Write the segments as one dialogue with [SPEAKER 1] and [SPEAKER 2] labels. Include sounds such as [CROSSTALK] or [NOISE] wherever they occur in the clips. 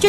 [SPEAKER 1] 就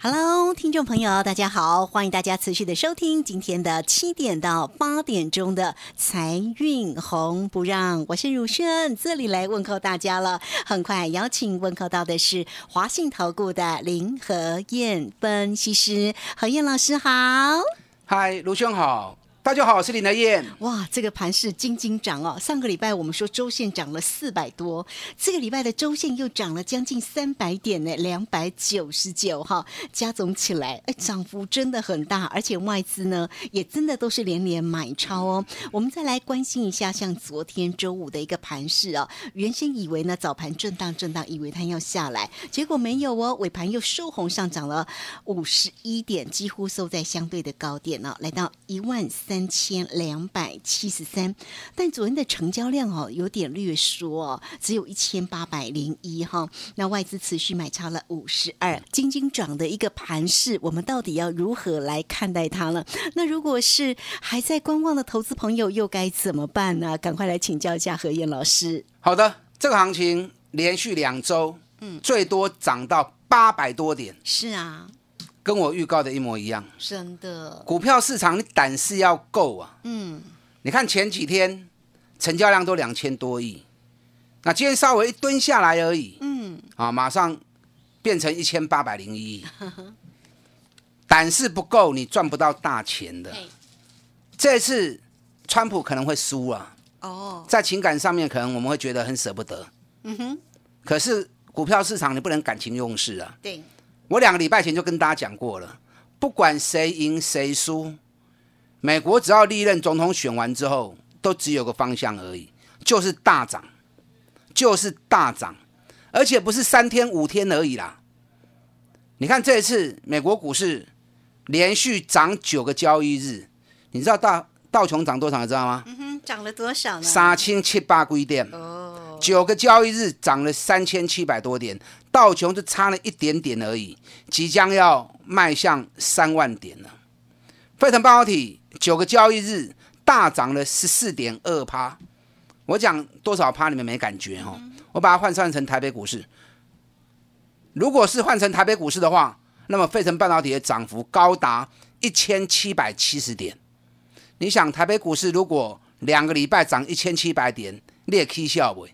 [SPEAKER 2] Hello，听众朋友，大家好，欢迎大家持续的收听今天的七点到八点钟的财运红不让，我是如轩，这里来问候大家了。很快邀请问候到的是华信投顾的林和燕分析师，何燕老师好。
[SPEAKER 3] 嗨，卢兄好，大家好，我是林德燕。
[SPEAKER 2] 哇，这个盘是金金涨哦！上个礼拜我们说周线涨了四百多，这个礼拜的周线又涨了将近三百点呢，两百九十九哈，加总起来，哎，涨幅真的很大，而且外资呢也真的都是连连买超哦。我们再来关心一下，像昨天周五的一个盘势哦，原先以为呢早盘震荡震荡，以为它要下来，结果没有哦，尾盘又收红上涨了五十一点，几乎收在相对的高点哦，来到一万三千两百七十三。但昨天的成交量哦有点略缩哦，只有一千八百零一哈。那外资持续买超了五十二，金金涨的一个盘势，我们到底要如何来看待它呢？那如果是还在观望的投资朋友，又该怎么办呢？赶快来请教一下何燕老师。
[SPEAKER 3] 好的，这个行情连续两周，嗯，最多涨到八百多点，
[SPEAKER 2] 是啊，
[SPEAKER 3] 跟我预告的一模一样。
[SPEAKER 2] 真的，
[SPEAKER 3] 股票市场你胆识要够啊！
[SPEAKER 2] 嗯，
[SPEAKER 3] 你看前几天成交量都两千多亿，那今天稍微一蹲下来而已，
[SPEAKER 2] 嗯，
[SPEAKER 3] 啊，马上变成一千八百零一亿。 [LAUGHS] 胆识不够，你赚不到大钱的
[SPEAKER 2] 嘿。
[SPEAKER 3] 这次川普可能会输啊，
[SPEAKER 2] 哦，
[SPEAKER 3] 在情感上面，可能我们会觉得很舍不得。
[SPEAKER 2] 嗯哼，
[SPEAKER 3] 可是股票市场你不能感情用事啊！
[SPEAKER 2] 对，
[SPEAKER 3] 我两个礼拜前就跟大家讲过了，不管谁赢谁输，美国只要历任总统选完之后，都只有个方向而已，就是大涨，就是大涨，而且不是三天五天而已啦。你看这一次美国股市连续涨九个交易日，你知道道道琼涨多少，你知道吗？
[SPEAKER 2] 嗯哼，涨了多少呢？
[SPEAKER 3] 三千七八几点？
[SPEAKER 2] 哦，
[SPEAKER 3] 九个交易日涨了三千七百多点，道琼就差了一点点而已，即将要迈向三万点了。费城半导体九个交易日大涨了十四点二趴，我讲多少趴你们没感觉哦？我把它换算成台北股市，如果是换成台北股市的话，那么费城半导体的涨幅高达一千七百七十点。你想台北股市如果两个礼拜涨一千七百点，你也 K 笑不？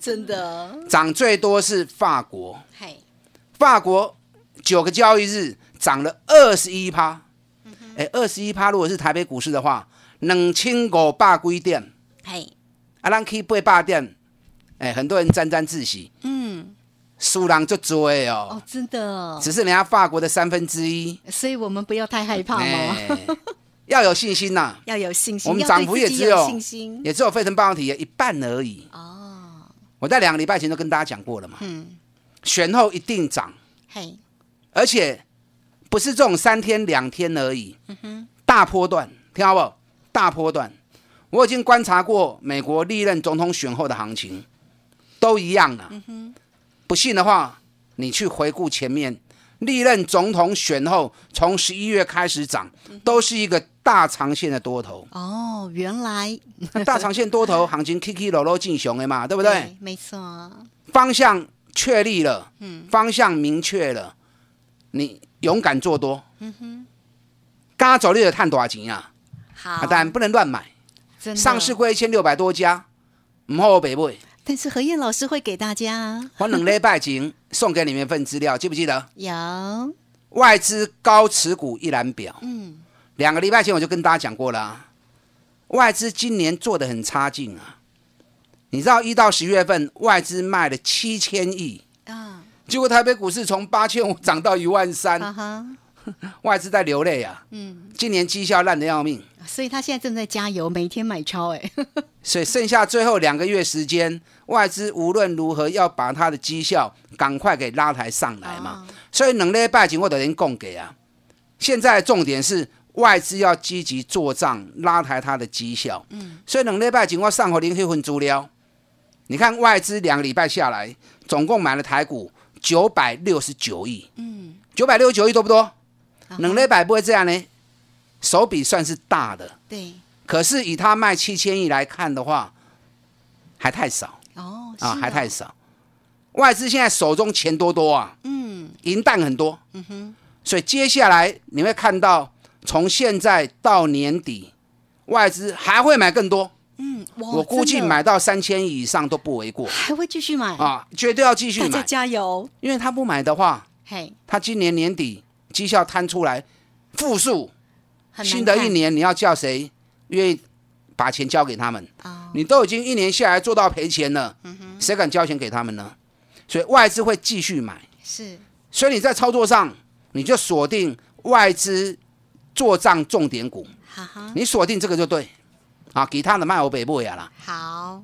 [SPEAKER 2] 真的，
[SPEAKER 3] 涨最多是法国，
[SPEAKER 2] 嘿，
[SPEAKER 3] 法国九个交易日涨了二十一趴，哎，二十一趴如果是台北股市的话，两千五百几点，
[SPEAKER 2] 嘿，
[SPEAKER 3] 啊，咱去八百点，哎，很多人沾沾自喜，
[SPEAKER 2] 嗯，
[SPEAKER 3] 输人就多的
[SPEAKER 2] 哦
[SPEAKER 3] 哦，，
[SPEAKER 2] 真的，
[SPEAKER 3] 只是人家法国的三分之一，
[SPEAKER 2] 所以我们不要太害怕嘛，
[SPEAKER 3] 哎，要有信心呐、
[SPEAKER 2] [LAUGHS] 要有信心，
[SPEAKER 3] 我们
[SPEAKER 2] 要对
[SPEAKER 3] 涨幅也
[SPEAKER 2] 自己
[SPEAKER 3] 只有
[SPEAKER 2] 信心。
[SPEAKER 3] 也只有费城半导体的一半而已。
[SPEAKER 2] 哦，
[SPEAKER 3] 我在两个礼拜前都跟大家讲过了嘛，
[SPEAKER 2] 嗯，
[SPEAKER 3] 选后一定涨。
[SPEAKER 2] 嘿，。
[SPEAKER 3] 而且不是这种三天两天而已，大波段，听好不好？大波段，我已经观察过美国历任总统选后的行情，都一样的。不信的话，你去回顾前面历任总统选后，从十一月开始涨，都是一个大长线的多头
[SPEAKER 2] 哦，原来
[SPEAKER 3] 那大长线多头行情起起落落进熊的嘛，对不对？
[SPEAKER 2] 对，没错，
[SPEAKER 3] 方向确立了，方向明确了，你勇敢做多，嗯哼，刚走你的探多少钱啊？
[SPEAKER 2] 好
[SPEAKER 3] 啊，，但不能乱买，
[SPEAKER 2] 真的
[SPEAKER 3] 上市，过一千六百多家，唔好北买。
[SPEAKER 2] 但是何燕老师会给大家
[SPEAKER 3] 我两礼拜前送给你们一份资料，记不记得？
[SPEAKER 2] 有，
[SPEAKER 3] 外资高持股一览表，
[SPEAKER 2] 嗯，
[SPEAKER 3] 两个礼拜前我就跟大家讲过了、啊，外资今年做的很差劲啊。你知道一到十月份外资卖了七千亿，
[SPEAKER 2] 啊，
[SPEAKER 3] 嗯结果台北股市从八千五涨到一万三，
[SPEAKER 2] 哈哈，
[SPEAKER 3] 外资在流泪啊，
[SPEAKER 2] 啊嗯，
[SPEAKER 3] 今年绩效烂得要命，
[SPEAKER 2] 所以他现在正在加油，每天买超，哎，
[SPEAKER 3] 所以剩下最后两个月时间，外资无论如何要把它的绩效赶快给拉抬上来嘛。所以能力拜金我得人供给啊。现在重点是外资要积极做账，拉抬它的绩效。嗯，所以能力拜金我上回零黑混足料，哦你看外资两个礼拜下来，总共买了台股九百六十九亿。嗯，九百六十九亿多不多？ [LAUGHS] 能力百不会这样呢，手笔算是大的。
[SPEAKER 2] [LAUGHS] 对，
[SPEAKER 3] 可是以他卖七千亿来看的话，还太少
[SPEAKER 2] 哦，
[SPEAKER 3] 啊，
[SPEAKER 2] 是
[SPEAKER 3] 还太少。外资现在手中钱多多啊，
[SPEAKER 2] 嗯，
[SPEAKER 3] 银弹很多，嗯哼。所以接下来你会看到，从现在到年底，外资还会买更多。
[SPEAKER 2] 嗯，哇
[SPEAKER 3] 我估计
[SPEAKER 2] 真的哦
[SPEAKER 3] 买到三千亿以上都不为过
[SPEAKER 2] 还会继续买，
[SPEAKER 3] 啊，绝对要继续
[SPEAKER 2] 大家
[SPEAKER 3] 买，
[SPEAKER 2] 加油，
[SPEAKER 3] 因为他不买的话，
[SPEAKER 2] 嘿，
[SPEAKER 3] 他今年年底绩效摊出来负数，
[SPEAKER 2] 很难
[SPEAKER 3] 新的
[SPEAKER 2] 看
[SPEAKER 3] 一年你要叫谁愿意把钱交给他们？
[SPEAKER 2] 啊，
[SPEAKER 3] 你都已经一年下来做到赔钱了，谁敢交钱给他们呢？所以外资会继续买，
[SPEAKER 2] 是
[SPEAKER 3] 所以你在操作上你就锁定外资做账重点股，
[SPEAKER 2] 哈哈，
[SPEAKER 3] 你锁定这个就对，啊，给他的卖我北部呀啦。
[SPEAKER 2] 好，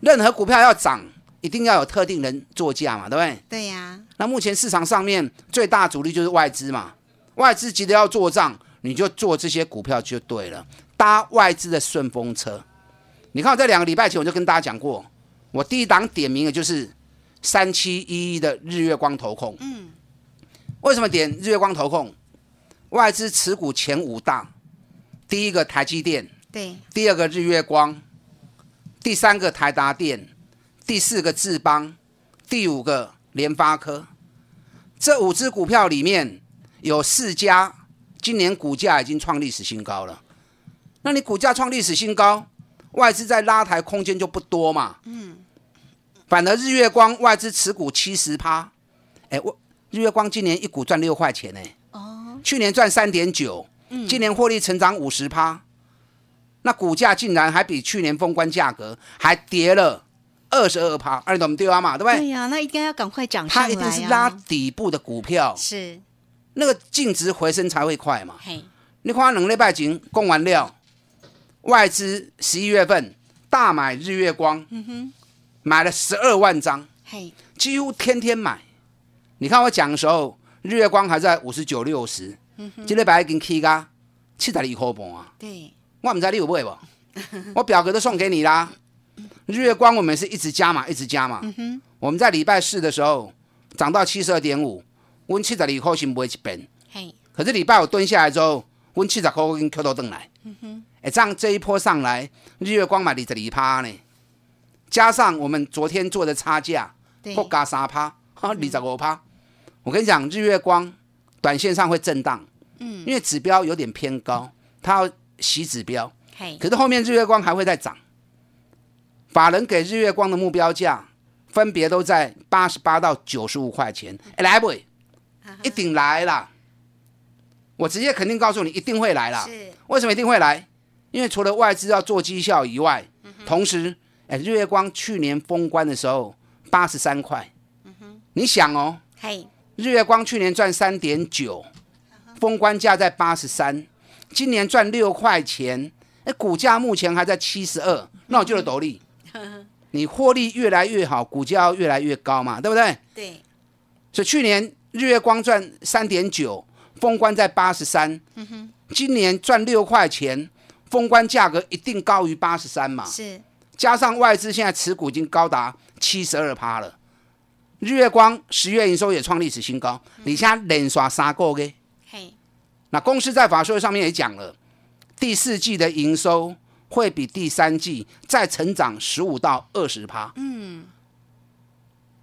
[SPEAKER 3] 任何股票要涨，一定要有特定人做价嘛，对不对？
[SPEAKER 2] 对呀，
[SPEAKER 3] 那目前市场上面最大主力就是外资嘛，外资急着要做账，你就做这些股票就对了，搭外资的顺风车。你看我在两个礼拜前我就跟大家讲过，我第一档点名的就是三七一一的日月光投控。嗯，为什么点日月光投控？外资持股前五大，第一个台积电，
[SPEAKER 2] 对，
[SPEAKER 3] 第二个日月光，第三个台达电，第四个智邦，第五个联发科。这五只股票里面有四家今年股价已经创历史新高了。那你股价创历史新高，外资在拉抬空间就不多嘛。嗯。反而日月光外资持股七十趴，哎，我日月光今年一股赚六块钱呢、
[SPEAKER 2] 哦，
[SPEAKER 3] 去年赚三点九，今年获利成长五十趴，那股价竟然还比去年封关价格还跌了二十二趴，那你懂对啊嘛？对不对？
[SPEAKER 2] 对呀，那应该要赶快涨上
[SPEAKER 3] 它
[SPEAKER 2] 来
[SPEAKER 3] 一
[SPEAKER 2] 啊，
[SPEAKER 3] 定是拉底部的股票，
[SPEAKER 2] 是，
[SPEAKER 3] 那个净值回升才会快嘛。
[SPEAKER 2] 嘿，
[SPEAKER 3] 你看两礼拜前供完料，外资十一月份大买日月光，
[SPEAKER 2] 嗯
[SPEAKER 3] 买了十二万张，
[SPEAKER 2] 嘿，
[SPEAKER 3] 几乎天天买。你看我讲的时候，日月光还在五十九六十，
[SPEAKER 2] 嗯
[SPEAKER 3] 今礼拜已经起噶七十二块半啊！
[SPEAKER 2] 对，
[SPEAKER 3] 我唔知你有买不？我表格都送给你啦。日月光我们是一直加嘛，一直加嘛。我们在礼拜四的时候涨到七十二点五，温七十二块钱买一本。
[SPEAKER 2] 嘿，
[SPEAKER 3] 可是礼拜五蹲下来之后，温七十块跟 Q 头登来。哎、这样这一波上来，日月光买二十二趴呢，加上我们昨天做的差价，
[SPEAKER 2] 对，
[SPEAKER 3] 或加三趴，哈，二十五趴。我跟你讲，日月光短线上会震荡，嗯，因为指标有点偏高，它要洗指标。
[SPEAKER 2] 嘿，
[SPEAKER 3] 可是后面日月光还会再涨。法人给日月光的目标价分别都在八十八到九十五块钱，哎，来不？一定来啦！我直接肯定告诉你，一定会来啦。
[SPEAKER 2] 是
[SPEAKER 3] 为什么一定会来？因为除了外资要做绩效以外，同时，哎，日月光去年封关的时候八十三块，你想哦，
[SPEAKER 2] 嘿，
[SPEAKER 3] 日月光去年赚三点九，封关价在八十三，今年赚六块钱，哎，股价目前还在七十二，那我就是斗笠。你获利越来越好，股价要越来越高嘛，对不对？
[SPEAKER 2] 对，
[SPEAKER 3] 所以去年日月光赚三点九，封关在八十三，今年赚六块钱，封关价格一定高于八十三嘛。
[SPEAKER 2] 是，
[SPEAKER 3] 加上外资现在持股已经高达七十二趴了，日月光十月营收也创历史新高，你现在连刷三个月。
[SPEAKER 2] 嘿，
[SPEAKER 3] 那公司在法说会上面也讲了，第四季的营收会比第三季再成长十五到二十趴，嗯，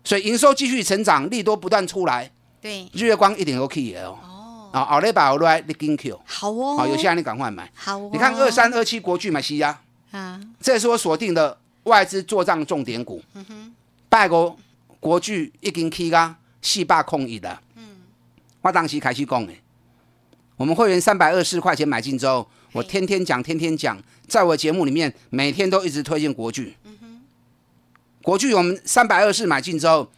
[SPEAKER 3] 所以营收继续成长，利多不断出来，
[SPEAKER 2] 对，
[SPEAKER 3] 日月光一定 OK 的哦。哦，啊，后礼拜后来你跟 Q，
[SPEAKER 2] 好哦，
[SPEAKER 3] 好，有些人你赶快买。
[SPEAKER 2] 好哦，
[SPEAKER 3] 你看二三二七国巨买西呀、
[SPEAKER 2] 啊，
[SPEAKER 3] 这也是我锁定的外资做账重点股。拜五国巨已经起到四百空一了。我当时开始讲的，我们会员三百二十块钱买进之后，我天天讲，天天讲，在我节目里面每天都一直推荐国巨。国巨我们三百二十买进之后，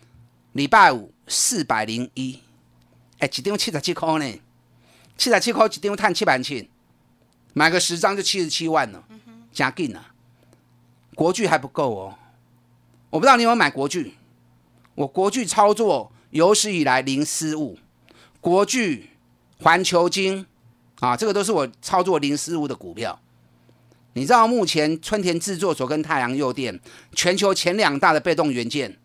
[SPEAKER 3] 礼拜五四百零一，哎，一张七十七块呢，七十七块一张赚七万七，买个十张就七十七万了，加劲啊！国剧还不够哦，我不知道你有没有买国剧，我国剧操作有史以来零失误，国剧、环球金啊，这个都是我操作零失误的股票。你知道目前春田制作所跟太阳诱电全球前两大的被动元件，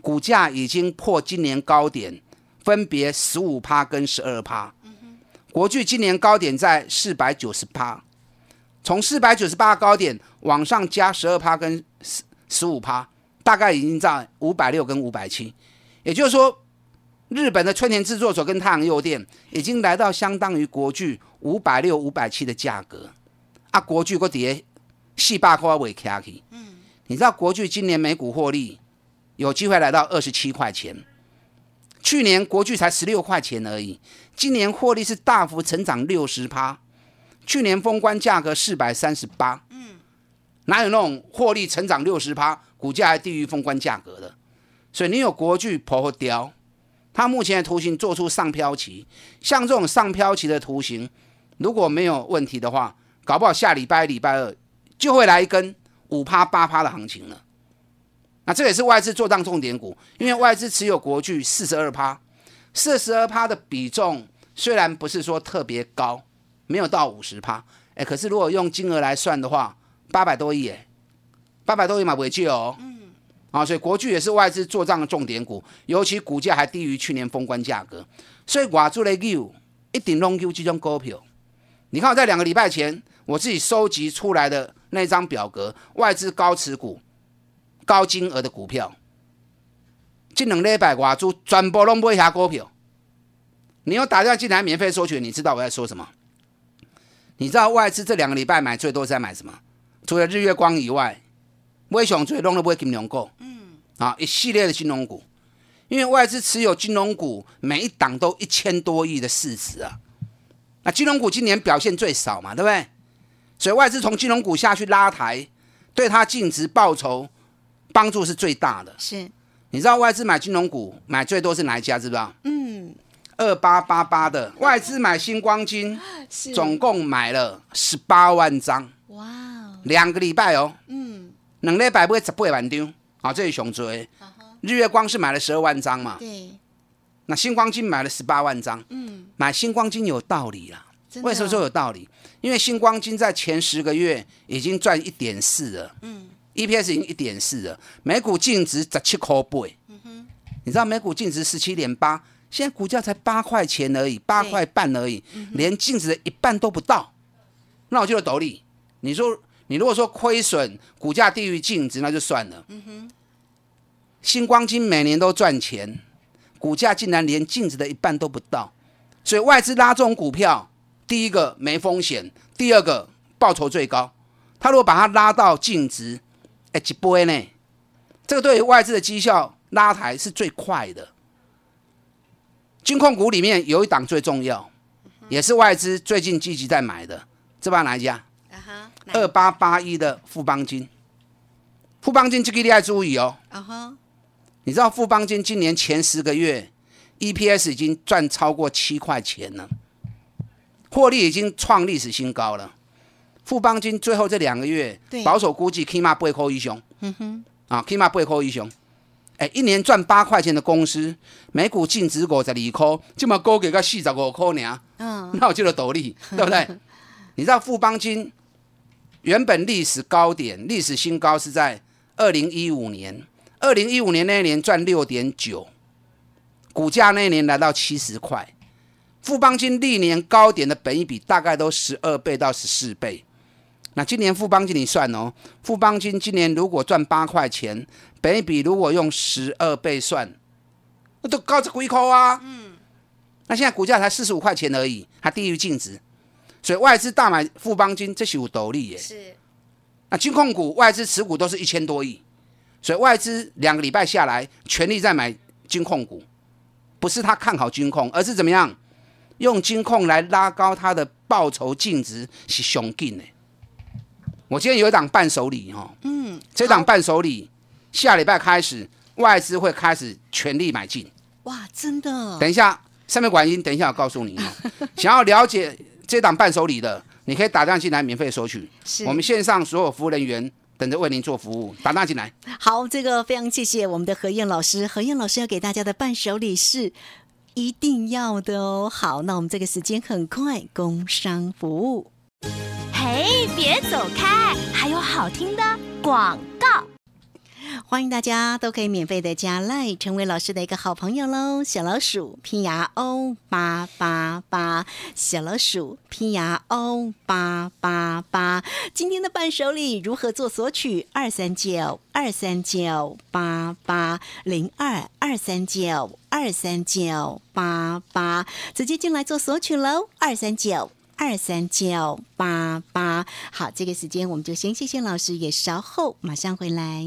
[SPEAKER 3] 股价已经破今年高点，分别十五趴跟十二趴。国巨今年高点在四百九十趴，从四百九十八高点往上加十二趴跟十十五趴，大概已经在五百六跟五百七。也就是说，日本的春田制作所跟太阳诱电已经来到相当于国巨五百六、五百七的价格。啊，国巨个跌四百块尾卡去。嗯，你知道国巨今年每股获利有机会来到二十七块钱，去年国巨才十六块钱而已，今年获利是大幅成长六十趴。去年封关价格四百三十八，嗯，哪有那种获利成长六十趴，股价还低于封关价格的？所以你有国巨破雕，它目前的图形做出上飘旗，像这种上飘旗的图形，如果没有问题的话，搞不好下礼拜礼拜二就会来一根五趴八趴的行情了。那这也是外资做账重点股，因为外资持有国巨四十二趴，四十二趴的比重虽然不是说特别高，没有到五十趴，哎，可是如果用金额来算的话，八百多亿，哎，八百多亿买不去哦。嗯。啊，所以国巨也是外资做账的重点股，尤其股价还低于去年封关价格，所以我做了 U 一定弄 U 这种股票。你看我在两个礼拜前我自己收集出来的那张表格，外资高持股、高金额的股票，这两礼拜外资全部拢买遐股票。你有打电话进来免费索取，你知道我在说什么？你知道外资这两个礼拜买最多是在买什么？除了日月光以外，买上最拢都买金融股，嗯，啊，一系列的金融股，因为外资持有金融股每一档都一千多亿的市值啊。那金融股今年表现最少嘛，对不对？所以外资从金融股下去拉抬，对它净值报酬帮助是最大的。
[SPEAKER 2] 是，
[SPEAKER 3] 你知道外资买金融股买最多是哪一家？知不知道？
[SPEAKER 2] 嗯，
[SPEAKER 3] 二八八八的外资买星光金，
[SPEAKER 2] 啊是
[SPEAKER 3] 总共买了十八万张，
[SPEAKER 2] 哇哦，
[SPEAKER 3] 两个礼拜哦，
[SPEAKER 2] 嗯，
[SPEAKER 3] 两礼拜买十八万张，啊、这是熊追。日月光是买了十二万张嘛，
[SPEAKER 2] 对，
[SPEAKER 3] 那星光金买了十八万张，
[SPEAKER 2] 嗯，
[SPEAKER 3] 买星光金有道理啦。
[SPEAKER 2] 真的啊
[SPEAKER 3] 为什么说有道理？因为星光金在前十个月已经赚一点四了，嗯，EPS 已经一点四了，每股净值十七块八，嗯哼，你知道每股净值十七点八，现在股价才八块钱而已，八块半而已，连净值的一半都不到，那我就有斗笠。你说你如果说亏损，股价低于净值那就算了，嗯哼，星光金每年都赚钱，股价竟然连净值的一半都不到，所以外资拉这种股票。第一个没风险，第二个报酬最高。他如果把它拉到净值，哎，几波呢？这个对于外资的绩效拉抬是最快的。金控股里面有一档最重要，也是外资最近积极在买的，这把哪一家？
[SPEAKER 2] 啊哈，哪
[SPEAKER 3] 二八八一的富邦金。富邦金这个你要注意哦，
[SPEAKER 2] 啊哈，
[SPEAKER 3] 你知道富邦金今年前十个月 EPS 已经赚超过七块钱了，获利已经创历史新高了。富邦金最后这两个月
[SPEAKER 2] 对，
[SPEAKER 3] 保守估计 Kima 八扣一雄，嗯哼，啊，Kima 八扣一雄，哎，一年赚八块钱的公司，每股净值五十二块，这么高给个四十五块呢，
[SPEAKER 2] 嗯，
[SPEAKER 3] [LAUGHS] 那我就有斗笠，对不对？你知道富邦金原本历史高点、历史新高是在二零一五年，二零一五年那一年赚六点九，股价那一年来到七十块。富邦金历年高点的本益比大概都十二倍到十四倍。那今年富邦金你算哦，富邦金今年如果赚八块钱，本益比如果用十二倍算，那都高着几块啊。那现在股价才四十五块钱而已，还低于净值，所以外资大买富邦金，这是有斗笠耶。
[SPEAKER 2] 是，
[SPEAKER 3] 那金控股外资持股都是一千多亿，所以外资两个礼拜下来，全力在买金控股，不是他看好金控，而是怎么样用金控来拉高它的报酬净值是雄劲呢。我今天有一档伴手礼哦，
[SPEAKER 2] 嗯，
[SPEAKER 3] 这档
[SPEAKER 2] 好
[SPEAKER 3] 伴手礼下礼拜开始，外资会开始全力买进。
[SPEAKER 2] 哇，真的，
[SPEAKER 3] 等一下，上面管音，等一下我告诉你
[SPEAKER 2] [LAUGHS]
[SPEAKER 3] 哦。想要了解这档伴手礼的，你可以打电话进来免费索取
[SPEAKER 2] 是。
[SPEAKER 3] 我们线上所有服务人员等着为您做服务，打电话进来。
[SPEAKER 2] 好，这个非常谢谢我们的何燕老师。何燕老师要给大家的伴手礼是一定要的哦。好，那我们这个时间很快，工商服务。
[SPEAKER 4] 嘿，别走开，还有好听的广告。
[SPEAKER 2] 欢迎大家都可以免费的加赖，成为老师的一个好朋友喽。小老鼠拼牙 O 八八八，小老鼠拼牙 O 八八八。今天的伴手礼如何做索取？二三九二三九八八零二二三九二三九八八，直接进来做索取喽。二三九。二三九八八，好，这个时间我们就先谢谢老师，也稍后马上回来。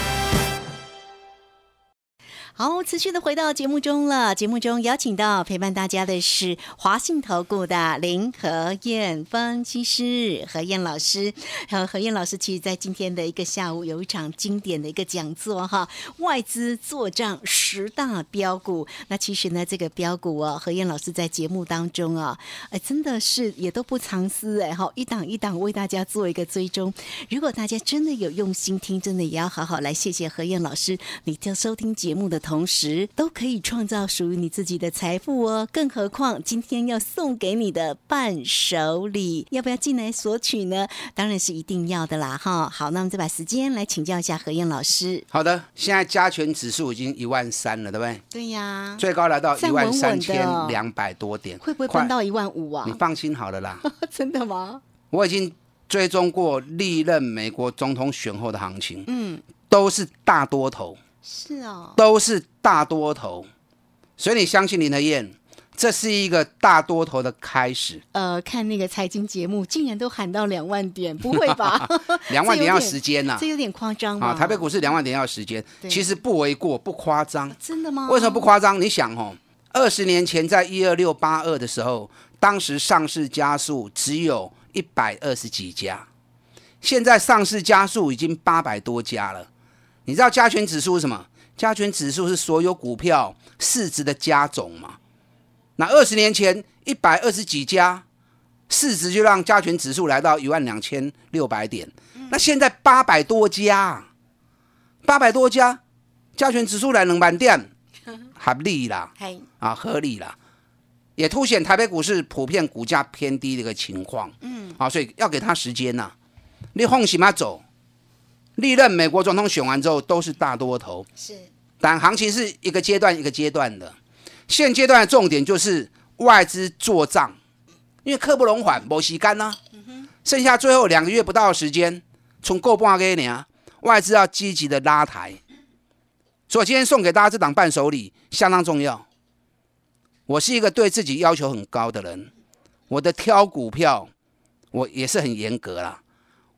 [SPEAKER 2] 好，持续的回到节目中了。节目中邀请到陪伴大家的是华信投顾的林和燕分析师何燕老师。呃，何燕老师其实在今天的一个下午有一场经典的一个讲座哈，外资做账十大标股。那其实呢，这个标股哦，何燕老师在节目当中啊、哎，真的是也都不藏私哎哈，一档一档为大家做一个追踪。如果大家真的有用心听，真的也要好好来谢谢何燕老师。你在收听节目的同时，都可以创造属于你自己的财富哦。更何况今天要送给你的伴手礼，要不要进来索取呢？当然是一定要的啦哈。好，那我们再把时间来请教一下何燕老师。
[SPEAKER 3] 好的，现在加权指数已经一万三了，对不对？
[SPEAKER 2] 对呀
[SPEAKER 3] 最高来到一
[SPEAKER 2] 站稳
[SPEAKER 3] 万
[SPEAKER 2] 啊稳
[SPEAKER 3] 三
[SPEAKER 2] 的
[SPEAKER 3] 千
[SPEAKER 2] 哦
[SPEAKER 3] 两百多点，
[SPEAKER 2] 会不会
[SPEAKER 3] 快
[SPEAKER 2] 奔到一万五啊 [LAUGHS]
[SPEAKER 3] [LAUGHS] 你？放心好了啦，
[SPEAKER 2] 真的吗？
[SPEAKER 3] 我已经追踪过历任美国总统选后的行情，
[SPEAKER 2] 嗯，
[SPEAKER 3] 都是大多头，
[SPEAKER 2] 是哦，
[SPEAKER 3] 都是大多头，所以你相信林德燕，这是一个大多头的开始。
[SPEAKER 2] 呃，看那个财经节目，竟然都喊到两万点，不会吧？
[SPEAKER 3] [LAUGHS]
[SPEAKER 2] [LAUGHS]
[SPEAKER 3] 两万
[SPEAKER 2] 这有
[SPEAKER 3] 点要
[SPEAKER 2] 点
[SPEAKER 3] 时间呐、
[SPEAKER 2] 这有点夸张吧？
[SPEAKER 3] 啊，台北股市两万点要时间，
[SPEAKER 2] 对
[SPEAKER 3] 其实不为过，不夸张。
[SPEAKER 2] 真的吗？
[SPEAKER 3] 为什么不夸张？你想哦，二十年前在一二六八二的时候，当时上市家数只有一百二十几家，现在上市家数已经八百多家了。你知道加权指数是什么？加权指数是所有股票市值的加总嘛？那二十年前一百二十几家，市值就让加权指数来到一万两千六百点。那现在八百多家，八百多家，加权指数来两万点，合理啦，
[SPEAKER 2] 嘿？
[SPEAKER 3] 啊，合理啦，也凸显台北股市普遍股价偏低的一个情况。嗯，啊，所以要给他时间呐、你放什么走？历任美国总统选完之后都是大多头，
[SPEAKER 2] 是
[SPEAKER 3] 但行情是一个阶段一个阶段的。现阶段的重点就是外资做账，因为刻不容缓，没时间呢、剩下最后两个月不到的时间，从够半给你啊，外资要积极的拉抬。所以我今天送给大家这档伴手礼相当重要。我是一个对自己要求很高的人，我的挑股票我也是很严格啦，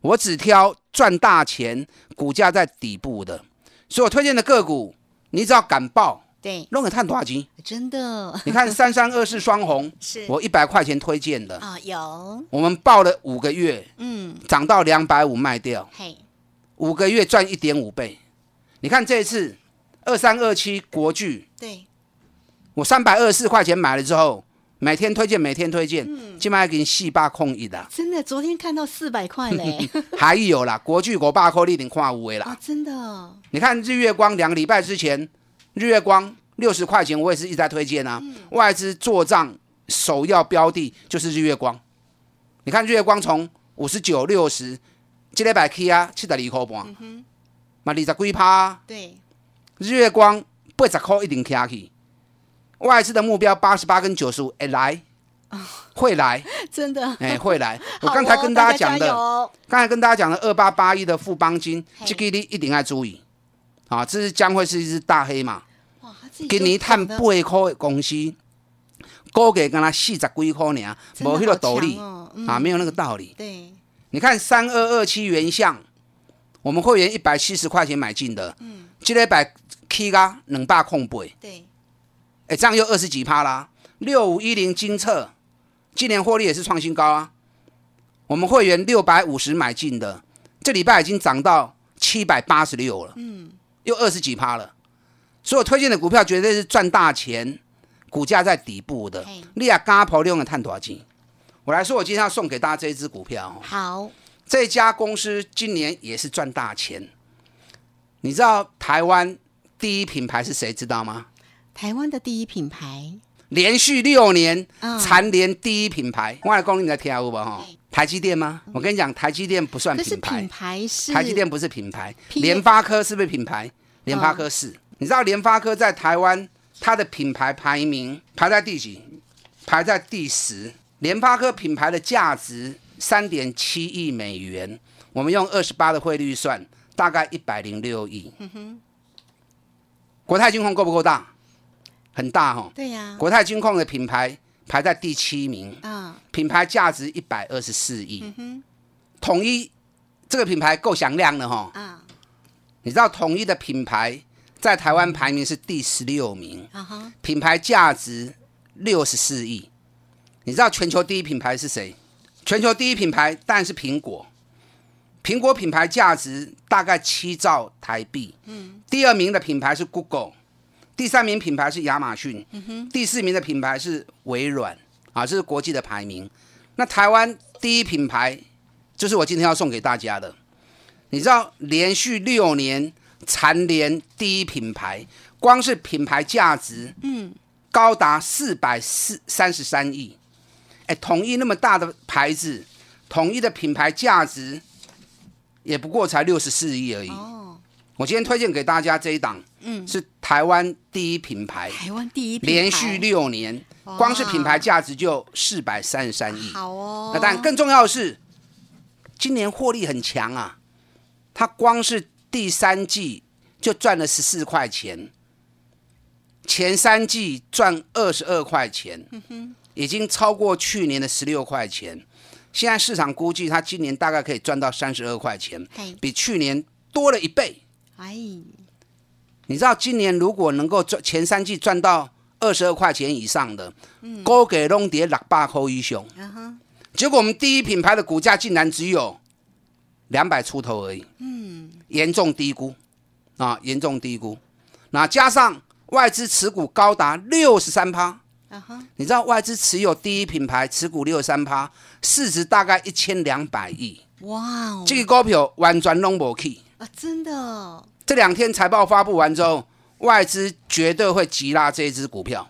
[SPEAKER 3] 我只挑赚大钱、股价在底部的。所以我推荐的个股，你只要敢报，
[SPEAKER 2] 对，
[SPEAKER 3] 弄个探多少钱？
[SPEAKER 2] 真的
[SPEAKER 3] 你
[SPEAKER 2] [LAUGHS]
[SPEAKER 3] 看三三二四双红，
[SPEAKER 2] 是
[SPEAKER 3] [LAUGHS] 我一百块钱推荐
[SPEAKER 2] [LAUGHS]
[SPEAKER 3] 的，
[SPEAKER 2] 啊、有，
[SPEAKER 3] 我们报了五个月，
[SPEAKER 2] 嗯，
[SPEAKER 3] 涨到两百五卖掉，
[SPEAKER 2] 嘿，
[SPEAKER 3] 五个月赚一点五倍。你看这一次二三二七国巨，
[SPEAKER 2] 对，，
[SPEAKER 3] 我三百二十四块钱买了之后，每天推荐，每天推荐，今麦给你细霸控一啦
[SPEAKER 2] 真的，昨天看到四百块
[SPEAKER 3] [LAUGHS]
[SPEAKER 2] 嘞， [LAUGHS]
[SPEAKER 3] 还有啦，国巨国霸扣力点跨五位
[SPEAKER 2] 啊，
[SPEAKER 3] 啦。
[SPEAKER 2] 真的，
[SPEAKER 3] 你看日月光两个礼拜之前，日月光六十块钱，我也是一直在推荐啊。外资做账首要标的就是日月光。你看日月光从五十九、六十，这礼拜起啊，七十二块半，嘛二十几趴啊、
[SPEAKER 2] 对，
[SPEAKER 3] 日月光八十块一定起去。外资的目标八十八跟九十五，哎来，会来，
[SPEAKER 2] 真的，
[SPEAKER 3] 哎会
[SPEAKER 2] [LAUGHS]
[SPEAKER 3] 来。
[SPEAKER 2] 哦
[SPEAKER 3] 我
[SPEAKER 2] 好
[SPEAKER 3] 刚才
[SPEAKER 2] 哦
[SPEAKER 3] 跟大家讲
[SPEAKER 2] 加
[SPEAKER 3] 的，
[SPEAKER 2] 油
[SPEAKER 3] 刚才跟大家讲的二八八一的富邦金，
[SPEAKER 2] 嘿
[SPEAKER 3] 这个你一定要注意啊！这是将会是一只大黑马，
[SPEAKER 2] 哎哇，他自己
[SPEAKER 3] 给
[SPEAKER 2] 就
[SPEAKER 3] 你探
[SPEAKER 2] 讲得
[SPEAKER 3] 八块的公司，高给跟他细十几块呢，
[SPEAKER 2] 真的
[SPEAKER 3] 没那个道理
[SPEAKER 2] 好强哦嗯
[SPEAKER 3] 啊，没有那个道理。
[SPEAKER 2] 对，
[SPEAKER 3] 你看三二二七原相，我们会员一百七十块钱买进的，
[SPEAKER 2] 嗯，
[SPEAKER 3] 今天百 K 啊两百空倍，
[SPEAKER 2] 对，
[SPEAKER 3] 哎，这样又二十几趴啦。六五一零金策，今年获利也是创新高啊。我们会员六百五十买进的，这礼拜已经涨到七百八十六了，
[SPEAKER 2] 嗯，
[SPEAKER 3] 又二十几趴了。所以我推荐的股票绝对是赚大钱，股价在底部的
[SPEAKER 2] 嘿，
[SPEAKER 3] 你也嘎跑用的探多金。我来说，我今天要送给大家这一只股票哦、
[SPEAKER 2] 好，
[SPEAKER 3] 这家公司今年也是赚大钱。你知道台湾第一品牌是谁？知道吗？
[SPEAKER 2] 台湾的第一品牌，
[SPEAKER 3] 连续六年
[SPEAKER 2] 嗯
[SPEAKER 3] 蝉联第一品牌。我来讲，你在听有无哈？台积电吗？我跟你讲，台积电不算
[SPEAKER 2] 嗯可是
[SPEAKER 3] 品牌
[SPEAKER 2] 品，牌是
[SPEAKER 3] 台积电不是品牌。
[SPEAKER 2] P- 嗯
[SPEAKER 3] 联发科是不是品牌？联发科是。你知道联发科在台湾它的品牌排名排在第几？排在第十。联发科品牌的价值三点七亿美元，我们用二十八的汇率算，大概一百零六亿。
[SPEAKER 2] 嗯
[SPEAKER 3] 国泰金控够不够大？很大哈、
[SPEAKER 2] 对呀，
[SPEAKER 3] 国泰金控的品牌排在第七名，
[SPEAKER 2] 啊，
[SPEAKER 3] 品牌价值一百二十四亿。
[SPEAKER 2] 嗯
[SPEAKER 3] 统一这个品牌够响亮了哈、
[SPEAKER 2] 哼，啊，
[SPEAKER 3] 你知道统一的品牌在台湾排名是第十六名，
[SPEAKER 2] 啊哈，
[SPEAKER 3] 品牌价值六十四亿。你知道全球第一品牌是谁？全球第一品牌当然是苹果，苹果品牌价值大概七兆台币。嗯，第二名的品牌是 Google，第三名品牌是亚马逊，第四名的品牌是微软啊，这是国际的排名。那台湾第一品牌就是我今天要送给大家的。你知道连续六年蝉联第一品牌，光是品牌价值，嗯，高达四百四三十三亿。哎，统一那么大的牌子，统一的品牌价值也不过才六十四亿而已。
[SPEAKER 2] 哦，
[SPEAKER 3] 我今天推荐给大家这一档，嗯，是台湾第一品牌，
[SPEAKER 2] 台湾第一品牌，
[SPEAKER 3] 连续六年，
[SPEAKER 2] 哇
[SPEAKER 3] 光是品牌价值就四百三十三亿。
[SPEAKER 2] 好哦，
[SPEAKER 3] 那但更重要的是，今年获利很强啊，它光是第三季就赚了十四块钱，前三季赚二十二块钱，已经超过去年的十六块钱。现在市场估计它今年大概可以赚到三十二块钱
[SPEAKER 2] 嘿，
[SPEAKER 3] 比去年多了一倍。
[SPEAKER 2] 哎，
[SPEAKER 3] 你知道今年如果能够赚前三季赚到二十二块钱以上的，高给弄跌六百块以上，
[SPEAKER 2] 嗯啊哈，
[SPEAKER 3] 结果我们第一品牌的股价竟然只有两百出头而已，嗯，严重低估啊，严重低估。那加上外资持股高达六十三趴，
[SPEAKER 2] 啊哈，
[SPEAKER 3] 你知道外资持有第一品牌持股六十三趴，市值大概一千两百亿，
[SPEAKER 2] 哇哦，
[SPEAKER 3] 这个股票完全拢无去。
[SPEAKER 2] 啊，真的哦，
[SPEAKER 3] 这两天财报发布完之后，外资绝对会急拉这一只
[SPEAKER 2] [LAUGHS]
[SPEAKER 3] 股票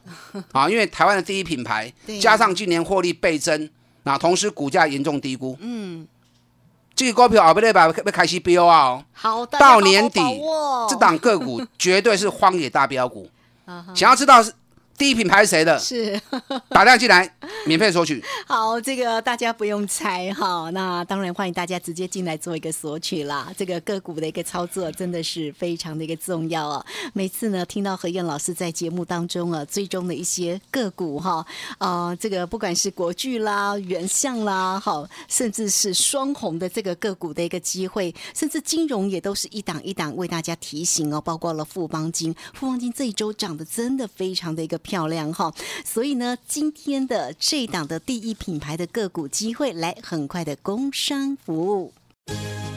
[SPEAKER 3] 啊，因为台湾的第一品牌
[SPEAKER 2] 对，
[SPEAKER 3] 加上今年获利倍增，那、同时股价严重低估，
[SPEAKER 2] 嗯，
[SPEAKER 3] 这个股票后边要要开始飙啊、哦！
[SPEAKER 2] 好，大家
[SPEAKER 3] 到年底
[SPEAKER 2] 好好把握，
[SPEAKER 3] 这档
[SPEAKER 2] [LAUGHS]
[SPEAKER 3] 个股绝对是荒野大标股。
[SPEAKER 2] 啊哈
[SPEAKER 3] 想要知道是第一品牌是谁
[SPEAKER 2] [LAUGHS]
[SPEAKER 3] 的，
[SPEAKER 2] 是。
[SPEAKER 3] 打电话进来，免费索取。
[SPEAKER 2] 好，这个大家不用猜哈。那当然欢迎大家直接进来做一个索取啦。这个个股的一个操作真的是非常的一个重要哦。 [LAUGHS] 每次呢，听到何燕老师在节目当中啊，最终的一些个股哈，呃，这个不管是国巨啦、原相啦，好，甚至是双红的这个个股的一个机会，甚至金融也都是一档一档为大家提醒哦，包括了富邦金，富邦金这一周涨得真的非常的一个漂亮哈、所以呢，今天的这档的第一品牌的个股机会来很快的工商服务。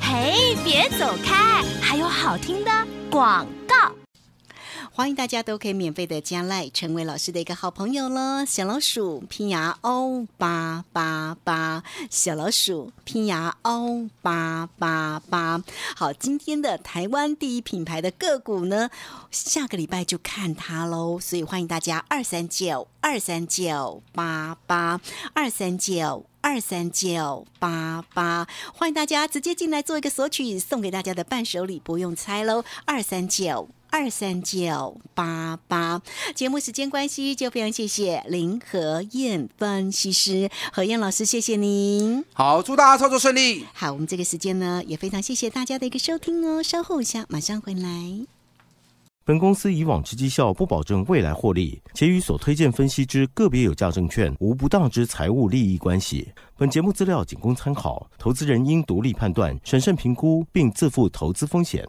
[SPEAKER 4] 嘿，别走开，还有好听的广告。
[SPEAKER 2] 欢迎大家都可以免费的加赖，成为老师的一个好朋友喽。小老鼠拼牙 O 八八八，小老鼠拼牙 O 八八八。好，今天的台湾第一品牌的个股呢，下个礼拜就看它喽。所以欢迎大家二三九二三九八八二三九。二三九八八，欢迎大家直接进来做一个索取，送给大家的伴手礼不用猜喽，二三九。二三九八八，节目时间关系，就非常谢谢林和燕分析师何燕老师，谢谢您。
[SPEAKER 3] 好，祝大家操作顺利。
[SPEAKER 2] 好，我们这个时间呢，也非常谢谢大家的一个收听哦，稍后一下马上回来。
[SPEAKER 5] 本公司以往之绩效不保证未来获利，且与所推荐分析之个别有价证券无不当之财务利益关系。本节目资料仅供参考，投资人应独立判断、审慎评估，并自负投资风险。